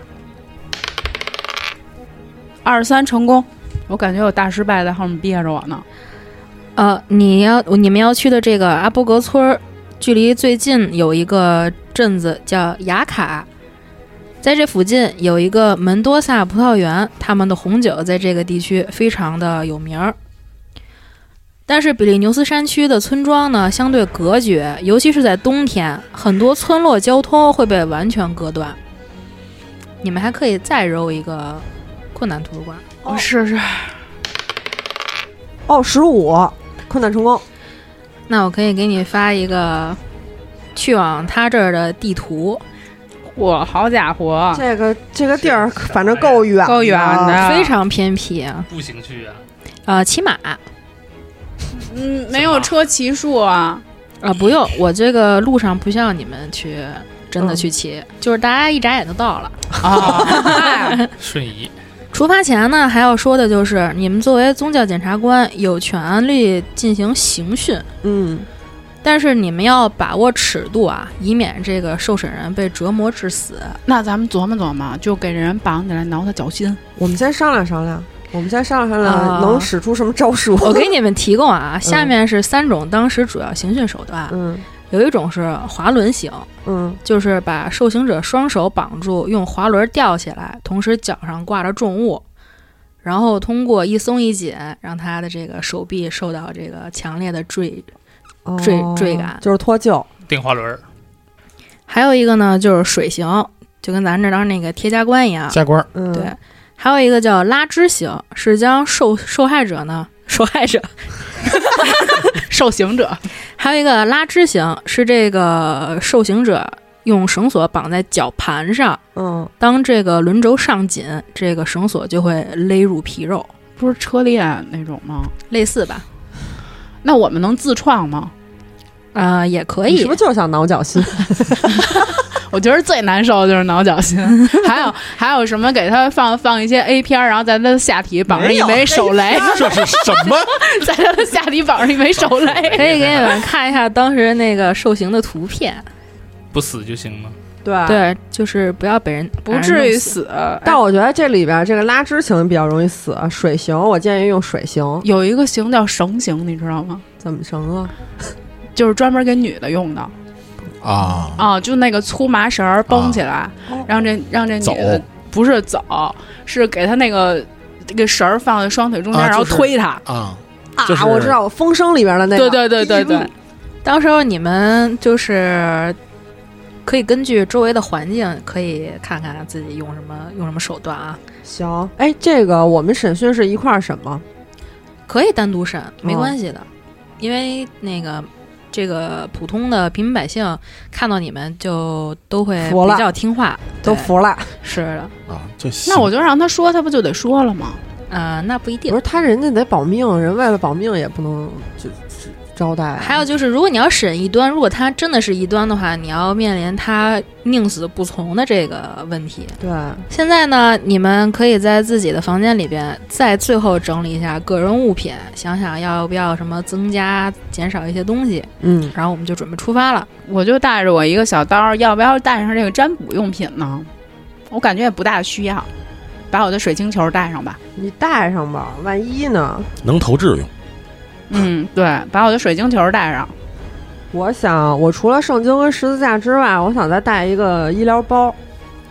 Speaker 2: 二十三成功。我感觉有大失败在后面憋着我呢。
Speaker 1: 呃，你要你们要去的这个阿波格村儿，距离最近有一个镇子叫雅卡，在这附近有一个门多萨葡萄园，他们的红酒在这个地区非常的有名儿。但是比利牛斯山区的村庄呢，相对隔绝，尤其是在冬天，很多村落交通会被完全割断。你们还可以再揉一个困难图书馆。
Speaker 3: 哦
Speaker 2: 我试试，
Speaker 3: 哦，十五，困难成功。
Speaker 1: 那我可以给你发一个去往他这儿的地图，
Speaker 2: 嚯，好家
Speaker 1: 啊
Speaker 2: 伙！
Speaker 3: 这个这个地儿反正够远，
Speaker 2: 够远
Speaker 3: 啊
Speaker 2: 的，
Speaker 1: 非常偏僻啊。
Speaker 4: 步行去啊，
Speaker 1: 呃，骑马啊、
Speaker 2: 嗯，没有车骑术啊。
Speaker 1: 呃不用，我这个路上不需要你们去真的
Speaker 3: 嗯
Speaker 1: 去骑，就是大家一眨眼就到了。
Speaker 2: 啊，
Speaker 4: 瞬移
Speaker 1: 出发前呢，还要说的就是，你们作为宗教检察官有权利进行刑讯，
Speaker 3: 嗯，
Speaker 1: 但是你们要把握尺度啊，以免这个受审人被折磨致 死。
Speaker 2: 那咱们琢磨琢磨，就给人绑起来挠他脚心。
Speaker 3: 我们先商量商量，我们先商量商
Speaker 1: 啊
Speaker 3: 量能使出什么招数。
Speaker 1: 我给你们提供 啊，下面是三种当时主要刑讯手段，
Speaker 3: 嗯
Speaker 1: 有一种是滑轮刑。
Speaker 3: 嗯
Speaker 1: 就是把受刑者双手绑住，用滑轮吊起来，同时脚上挂着重物，然后通过一松一紧，让他的这个手臂受到这个强烈的坠。
Speaker 3: 哦
Speaker 1: 坠坠感
Speaker 3: 就是脱臼。
Speaker 4: 电滑轮儿，
Speaker 1: 还有一个呢，就是水刑，就跟咱这当那个贴加官一样。
Speaker 5: 下官儿，
Speaker 3: 嗯，
Speaker 1: 对，还有一个叫拉枝刑，是将受受害者呢，受害者
Speaker 2: 受刑者
Speaker 1: 还有一个拉枝刑，是这个受刑者用绳索绑在绞盘上，
Speaker 3: 嗯，
Speaker 1: 当这个轮轴上紧，这个绳索就会勒入皮肉。
Speaker 2: 不是车裂那种吗？
Speaker 1: 类似吧，
Speaker 2: 那我们能自创吗？
Speaker 1: 呃，也可
Speaker 3: 你是
Speaker 1: 以
Speaker 3: 不是。就是想挠脚心？
Speaker 2: 我觉得最难受的就是挠脚 心，还有还有什么给他放放一些 A 片儿，然后在他的下体绑上一枚手雷，
Speaker 5: 这是什 么？
Speaker 2: 在他的下体绑上一枚手
Speaker 4: 哎
Speaker 2: 雷。哎
Speaker 1: 可以给你们看一下当时那个受刑的图片，
Speaker 4: 不死就行吗？
Speaker 3: 对。
Speaker 1: 对，就是不要被人
Speaker 2: 不至
Speaker 1: 把
Speaker 2: 于。
Speaker 1: 人弄
Speaker 2: 死。哎
Speaker 3: 但我觉得这里边这个拉枝型比较容易死，水型我建议用水型，
Speaker 2: 有一个刑叫绳刑，你知道吗？
Speaker 3: 怎么绳啊？
Speaker 2: 就是专门给女的用的
Speaker 5: 啊，
Speaker 2: 啊，就那个粗麻绳儿绷起来，
Speaker 3: 哦
Speaker 2: 让这让这女的
Speaker 5: 走
Speaker 2: 不是走，是给她那个这个绳儿放在双腿中间，
Speaker 5: 啊
Speaker 2: 然后
Speaker 5: 就是
Speaker 2: 推她。
Speaker 5: 啊，
Speaker 3: 啊
Speaker 5: 就是
Speaker 3: 我知道，风声里边的那个，
Speaker 2: 对对对对
Speaker 5: 嗯
Speaker 2: 对，
Speaker 1: 当时候你们就是可以根据周围的环境，可以看看自己用什么用什么手段啊。
Speaker 3: 行，哎，这个我们审讯是一块儿审吗？
Speaker 1: 可以单独审，没关系的，哦因为那个这个普通的平民百姓看到你们就都会
Speaker 3: 服了
Speaker 1: 比较听话，
Speaker 3: 都
Speaker 1: 对
Speaker 3: 服了。
Speaker 1: 是的，
Speaker 5: 啊，就行
Speaker 2: 那我就让她说，她不就得说了吗？
Speaker 1: 呃，那不一
Speaker 3: 不
Speaker 1: 定
Speaker 3: 是。他，人家得保命，人为了保命也不能就就招待啊。
Speaker 1: 还有就是，如果你要审异端，如果他真的是异端的话，你要面临他宁死不从的这个问题。
Speaker 3: 对，
Speaker 1: 现在呢，你们可以在自己的房间里边再最后整理一下个人物品，想想要不要什么增加、减少一些东西，
Speaker 3: 嗯，
Speaker 1: 然后我们就准备出发了。
Speaker 2: 我就带着我一个小刀，要不要带上这个占卜用品呢？我感觉也不大需要，把我的水晶球带上吧。
Speaker 3: 你带上吧，万一呢？
Speaker 5: 能投掷用
Speaker 2: 嗯，对，把我的水晶球带上。
Speaker 3: 我想，我除了圣经跟十字架之外，我想再带一个医疗包。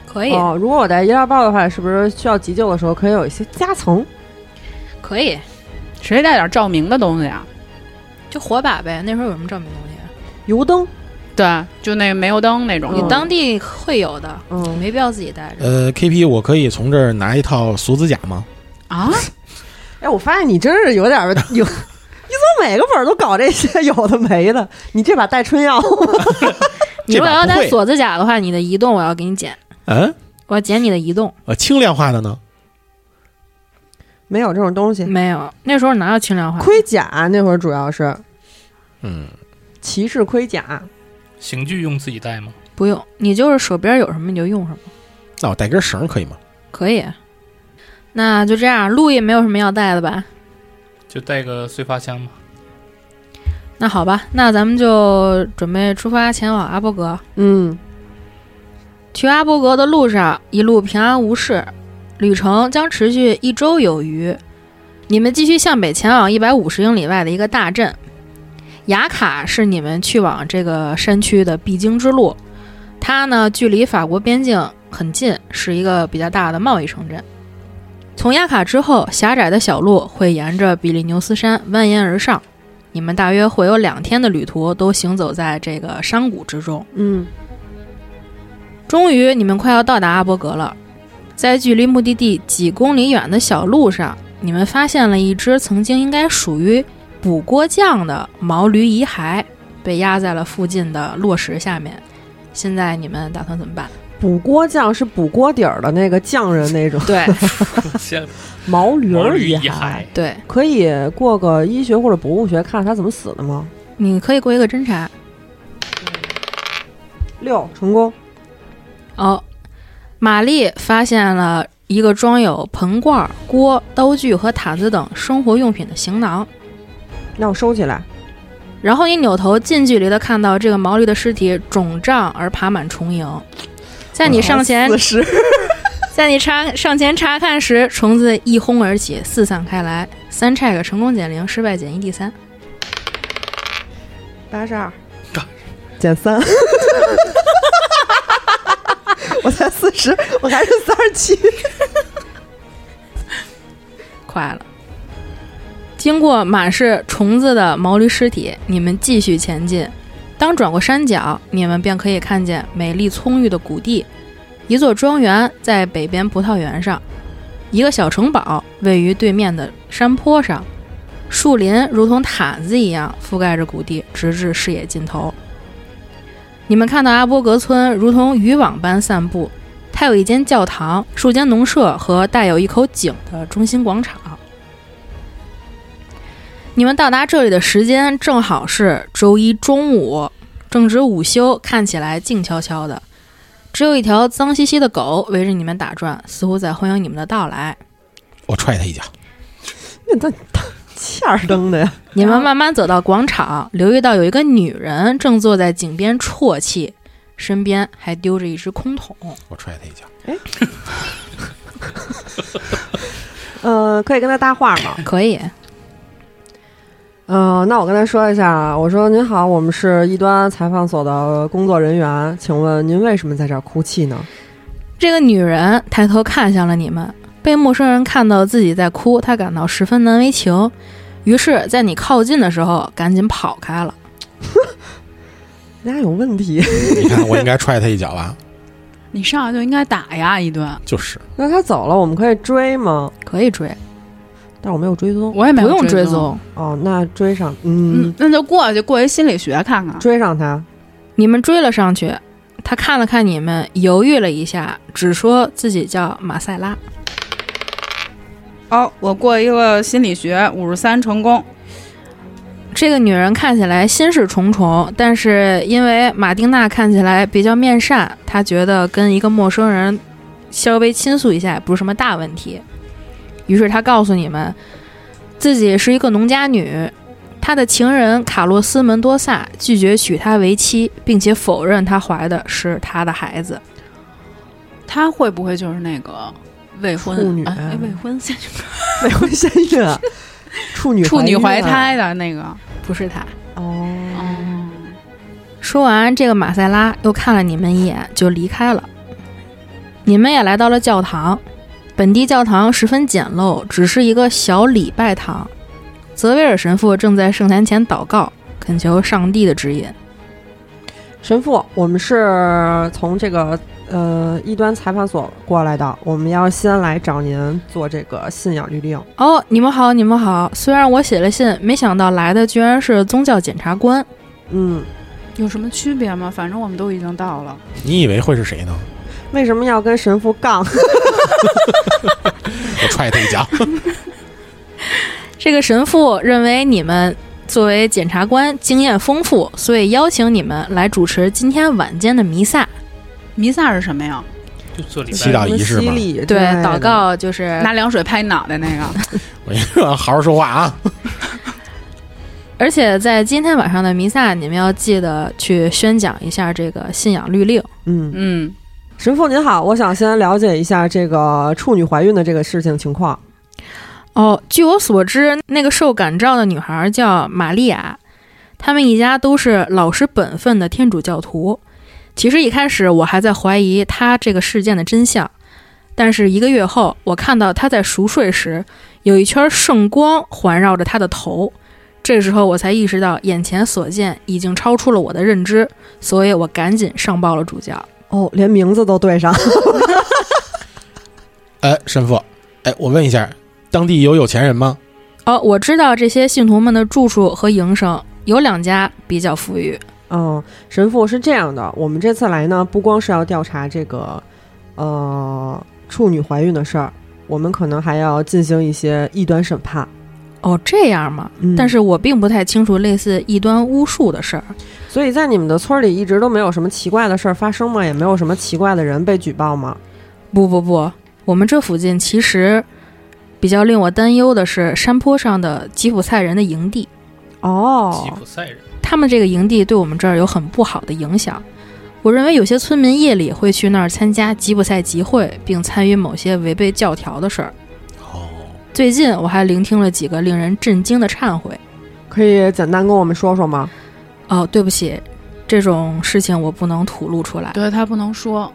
Speaker 1: 可以，
Speaker 3: 哦，如果我带医疗包的话，是不是需要急救的时候可以有一些夹层？
Speaker 1: 可以，
Speaker 2: 谁带点照明的东西啊？
Speaker 1: 就火把呗。那时候有什么证明东西？啊
Speaker 3: 油灯，
Speaker 2: 对，就那煤油灯那种。
Speaker 1: 你
Speaker 3: 嗯
Speaker 1: 当地会有的，
Speaker 3: 嗯，
Speaker 1: 没必要自己带着。
Speaker 5: 呃，KP，我可以从这儿拿一套俗子甲吗？
Speaker 2: 啊，
Speaker 3: 哎，我发现你真是有点儿有，你怎 么每个本儿都搞这些有的没的？你这把带春药，
Speaker 1: 你如果
Speaker 5: 这把
Speaker 1: 要
Speaker 5: 不
Speaker 1: 带
Speaker 5: 会
Speaker 1: 锁子甲的话，你的移动我要给你减，
Speaker 5: 嗯，
Speaker 1: 我要减你的移
Speaker 3: 嗯
Speaker 1: 动。
Speaker 5: 呃，轻量化的呢？
Speaker 3: 没有这种东西。
Speaker 1: 没有，那时候哪有轻量化？
Speaker 3: 盔甲那会儿主要是
Speaker 5: 嗯，
Speaker 3: 骑士盔甲，
Speaker 4: 刑具用自己带吗？
Speaker 1: 不用，你就是手边有什么你就用什么，
Speaker 5: 那我带根绳儿可以吗？
Speaker 1: 可以。那就这样，路易没有什么要带的吧？
Speaker 4: 就带个碎发枪嘛。
Speaker 1: 那好吧，那咱们就准备出发前往阿波格。
Speaker 3: 嗯，
Speaker 1: 去阿波格的路上一路平安无事，旅程将持续一周有余。你们继续向北前往一百五十英里外的一个大镇，雅卡是你们去往这个山区的必经之路。它呢，距离法国边境很近，是一个比较大的贸易城镇。从雅卡之后，狭窄的小路会沿着比利牛斯山蜿蜒而上。你们大约会有两天的旅途都行走在这个山谷之中。
Speaker 3: 嗯，
Speaker 1: 终于，你们快要到达阿伯格了。在距离目的地几公里远的小路上，你们发现了一只曾经应该属于补锅匠的毛驴遗骸，被压在了附近的落石下面。现在你们打算怎么办？
Speaker 3: 补锅匠是补锅底儿的那个匠人那种
Speaker 1: 对
Speaker 4: 像
Speaker 3: 毛驴
Speaker 4: 毛
Speaker 3: 儿
Speaker 4: 驴
Speaker 3: 遗
Speaker 4: 遗
Speaker 3: 骸
Speaker 4: 骸，
Speaker 1: 对，
Speaker 3: 可以过个医学或者博物学，看看他怎么死的吗？
Speaker 1: 你可以过一个侦查
Speaker 3: 六成功，
Speaker 1: 哦。玛丽发现了一个装有盆罐、锅、刀具和毯子等生活用品的行囊。
Speaker 3: 那我收起来。
Speaker 1: 然后你扭头近距离的看到这个毛驴的尸体肿胀而爬满虫蝇，在你上前，
Speaker 3: 四十，
Speaker 1: 在你查上前查看时，虫子一哄而起，四散开来。三 check 成功减零，失败减一，第三。
Speaker 3: 八十二，减三。 我才四十，我还是三十七。
Speaker 1: 快了。经过满是虫子的毛驴尸体，你们继续前进。当转过山脚，你们便可以看见美丽葱郁的谷地，一座庄园在北边葡萄园上，一个小城堡位于对面的山坡上，树林如同毯子一样覆盖着谷地，直至视野尽头。你们看到阿波格村如同渔网般散布，它有一间教堂、数间农舍和带有一口井的中心广场。你们到达这里的时间正好是周一中午，正值午休，看起来静悄悄的，只有一条脏兮兮的狗围着你们打转，似乎在欢迎你们的到来。
Speaker 5: 我踹他一脚。
Speaker 3: 那他他 欠儿登的呀？
Speaker 1: 你们慢慢走到广场，留意到有一个女人正坐在井边啜泣，身边还丢着一只空桶。
Speaker 5: 我踹他一脚。
Speaker 3: 呃，可以跟他搭话吗？
Speaker 1: 可以，
Speaker 3: 呃，那我跟他说一下啊，我说您好，我们是异端采访所的工作人员，请问您为什么在这儿哭泣呢？
Speaker 1: 这个女人抬头看向了你们，被陌生人看到自己在哭，她感到十分难为情，于是，在你靠近的时候，赶紧跑开了。
Speaker 3: 你俩有问题。
Speaker 5: 你看，我应该踹他一脚 吧？
Speaker 2: 你上来就应该打呀一顿，
Speaker 5: 就是，
Speaker 3: 那他走了，我们可以追吗？
Speaker 1: 可以追，
Speaker 3: 但是我没有追踪。
Speaker 2: 我也没
Speaker 1: 不
Speaker 2: 有
Speaker 1: 用追
Speaker 2: 追。
Speaker 1: 踪。
Speaker 3: 哦，那追上，
Speaker 2: 嗯，那就过去过一心理学看看。
Speaker 3: 追上他。
Speaker 1: 你们追了上去，她看了看你们，犹豫了一下，只说自己叫马塞拉。
Speaker 2: 好、哦我过一个心理学五十三成功。
Speaker 1: 这个女人看起来心事重重，但是因为马丁娜看起来比较面善，她觉得跟一个陌生人稍微倾诉一下也不是什么大问题。于是她告诉你们，自己是一个农家女，她的情人卡洛斯·门多萨拒绝娶她为妻，并且否认她怀的是她的孩子。
Speaker 2: 他会不会就是那个未
Speaker 3: 处
Speaker 2: 婚
Speaker 3: 女
Speaker 2: 啊哎，未婚先
Speaker 3: 未婚先孕，啊 处女
Speaker 2: 处女
Speaker 3: 怀
Speaker 2: 怀
Speaker 3: 孕啊
Speaker 2: 胎的那个？
Speaker 1: 不是她。
Speaker 3: 哦，
Speaker 2: 哦，
Speaker 1: 说完，这个马塞拉又看了你们一眼，就离开了。你们也来到了教堂，本地教堂十分简陋，只是一个小礼拜堂。泽维尔神父正在圣坛前祷告，恳求上帝的指引。
Speaker 3: 神父，我们是从这个呃异端裁判所过来的，我们要先来找您做这个信仰律令。
Speaker 1: 哦，你们好，你们好！虽然我写了信，没想到来的居然是宗教检察官。
Speaker 3: 嗯，
Speaker 2: 有什么区别吗？反正我们都已经到了。
Speaker 5: 你以为会是谁呢？
Speaker 3: 为什么要跟神父杠？
Speaker 5: 我踹他一脚。
Speaker 1: 这个神父认为你们作为检察官经验丰富，所以邀请你们来主持今天晚间的弥撒。
Speaker 2: 弥撒是什么呀？
Speaker 4: 就做礼
Speaker 5: 祈祷
Speaker 4: 拜，
Speaker 5: 仪式吗
Speaker 3: 什么洗礼之
Speaker 1: 对，
Speaker 3: 类的
Speaker 1: 祷。告就是
Speaker 3: 呃
Speaker 2: 拿凉水拍你脑袋那 个？
Speaker 5: 我 好好说话啊！
Speaker 1: 而且在今天晚上的弥撒，你们要记得去宣讲一下这个信仰律令。
Speaker 3: 嗯，
Speaker 2: 嗯，
Speaker 3: 神父您好，我想先了解一下这个处女怀孕的这个事情情况。
Speaker 1: 哦，据我所知，那个受感召的女孩叫玛利亚，他们一家都是老实本分的天主教徒。其实一开始我还在怀疑她这个事件的真相，但是一个月后，我看到她在熟睡时有一圈圣光环绕着她的头，这时候我才意识到眼前所见已经超出了我的认知，所以我赶紧上报了主教。
Speaker 3: 哦，连名字都对上。
Speaker 5: 哎，神父，哎，我问一下，当地有有钱人吗？
Speaker 1: 哦，我知道这些信徒们的住处和营生有两家比较富裕。
Speaker 3: 嗯，神父是这样的，我们这次来呢，不光是要调查这个呃处女怀孕的事儿，我们可能还要进行一些异端审判。
Speaker 1: 哦，这样吗？
Speaker 3: 嗯
Speaker 1: 但是我并不太清楚类似异端巫术的事儿。
Speaker 3: 所以在你们的村儿里一直都没有什么奇怪的事儿发生吗？也没有什么奇怪的人被举报吗？
Speaker 1: 不不不，我们这附近其实比较令我担忧的是山坡上的吉普赛人的营地，
Speaker 3: 哦
Speaker 4: 吉，普赛人，
Speaker 1: 他们这个营地对我们这儿有很不好的影响。我认为有些村民夜里会去那儿参加吉普赛集会，并参与某些违背教条的事儿。
Speaker 5: 哦，
Speaker 1: 最近我还聆听了几个令人震惊的忏悔。
Speaker 3: 可以简单跟我们说说吗？
Speaker 1: 哦，对不起，这种事情我不能吐露出来。
Speaker 2: 对他不能说，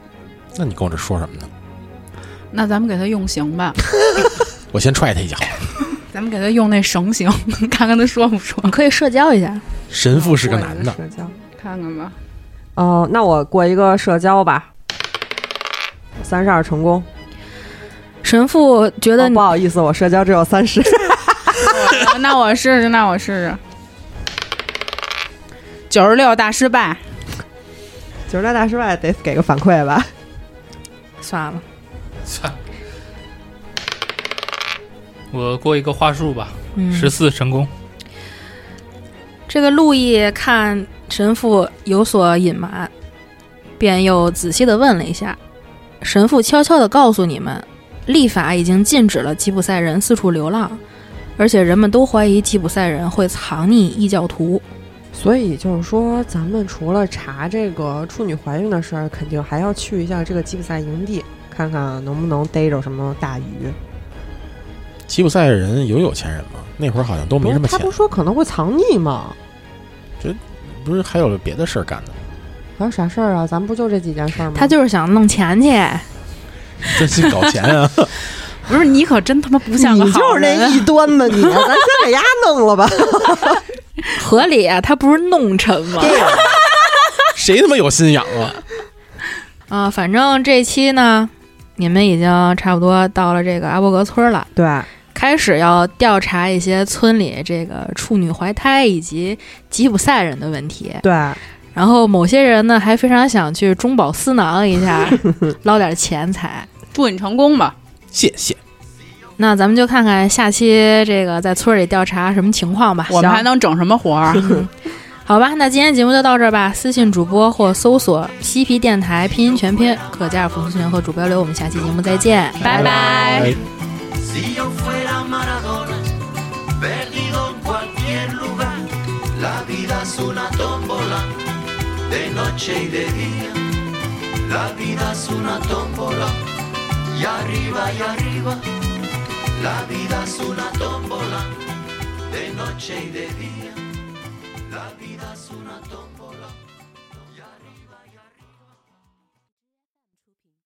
Speaker 5: 那你跟我这说什么呢？
Speaker 2: 那咱们给他用刑 吧，
Speaker 5: 我先踹他一脚。
Speaker 2: 咱们给他用那绳刑， 看看他说不说，
Speaker 1: 你可以社交一下，
Speaker 5: 神父是个男的，
Speaker 3: 过一个社交。
Speaker 2: 看看吧。
Speaker 3: 哦、那我过一个社交吧。三十二成功，
Speaker 1: 神父觉得
Speaker 3: 哦
Speaker 1: 你
Speaker 3: 不好意思，我社交只有三十。
Speaker 2: 那我试试，那我试试。九十六大失败，
Speaker 3: 九十大大失败，得给个反馈吧。
Speaker 1: 算了，
Speaker 4: 算了我过一个话术吧，
Speaker 1: 嗯，
Speaker 4: 十四成功，
Speaker 1: 这个路易看神父有所隐瞒，便又仔细的问了一下。神父悄悄的告诉你们，立法已经禁止了吉普赛人四处流浪，而且人们都怀疑吉普赛人会藏匿异教徒。
Speaker 3: 所以就是说，咱们除了查这个处女怀孕的事儿，肯定还要去一下这个吉普赛营地，看看能不能逮着什么大鱼。
Speaker 5: 吉普赛人有有钱人吗？那会儿好像都没什么
Speaker 3: 他
Speaker 5: 钱
Speaker 3: 不，是说可能会藏匿吗？
Speaker 5: 不是还有别的事儿干呢？
Speaker 3: 还有啥事儿啊？咱不就这几件事儿吗？
Speaker 1: 他就是想弄钱去，
Speaker 5: 真心搞钱啊！
Speaker 2: 不是你可真他妈不像个
Speaker 3: 你
Speaker 2: 好
Speaker 3: 就是
Speaker 2: 人
Speaker 3: 那异端吧 你？咱先给丫弄了吧。
Speaker 1: 合理啊，他不是弄臣吗？
Speaker 5: 谁他妈有心眼啊？
Speaker 1: 啊、反正这期呢，你们已经差不多到了这个阿波格村了，
Speaker 3: 对，
Speaker 1: 开始要调查一些村里这个处女怀胎以及吉普赛人的问题。
Speaker 3: 对，
Speaker 1: 然后某些人呢，还非常想去中饱私囊一下，捞点钱财。
Speaker 2: 祝你成功吧。
Speaker 5: 谢谢。
Speaker 1: 那咱们就看看下期这个在村里调查什么情况吧。
Speaker 2: 我们
Speaker 1: 行
Speaker 2: 还能整什么活儿？
Speaker 1: 好吧，那今天节目就到这儿吧。私信主播或搜索“嬉皮电台”拼音全拼，可加尔冯思源和主播刘。我们下期节目再见，
Speaker 2: 拜拜。
Speaker 6: Si yo fuera Maradona, perdido en cualquier lugar, la vida es una tómbola, de noche y de día. La vida es una tómbola, y arriba y arriba. La vida es una tómbola, de noche y de día. La vida es una tómbola.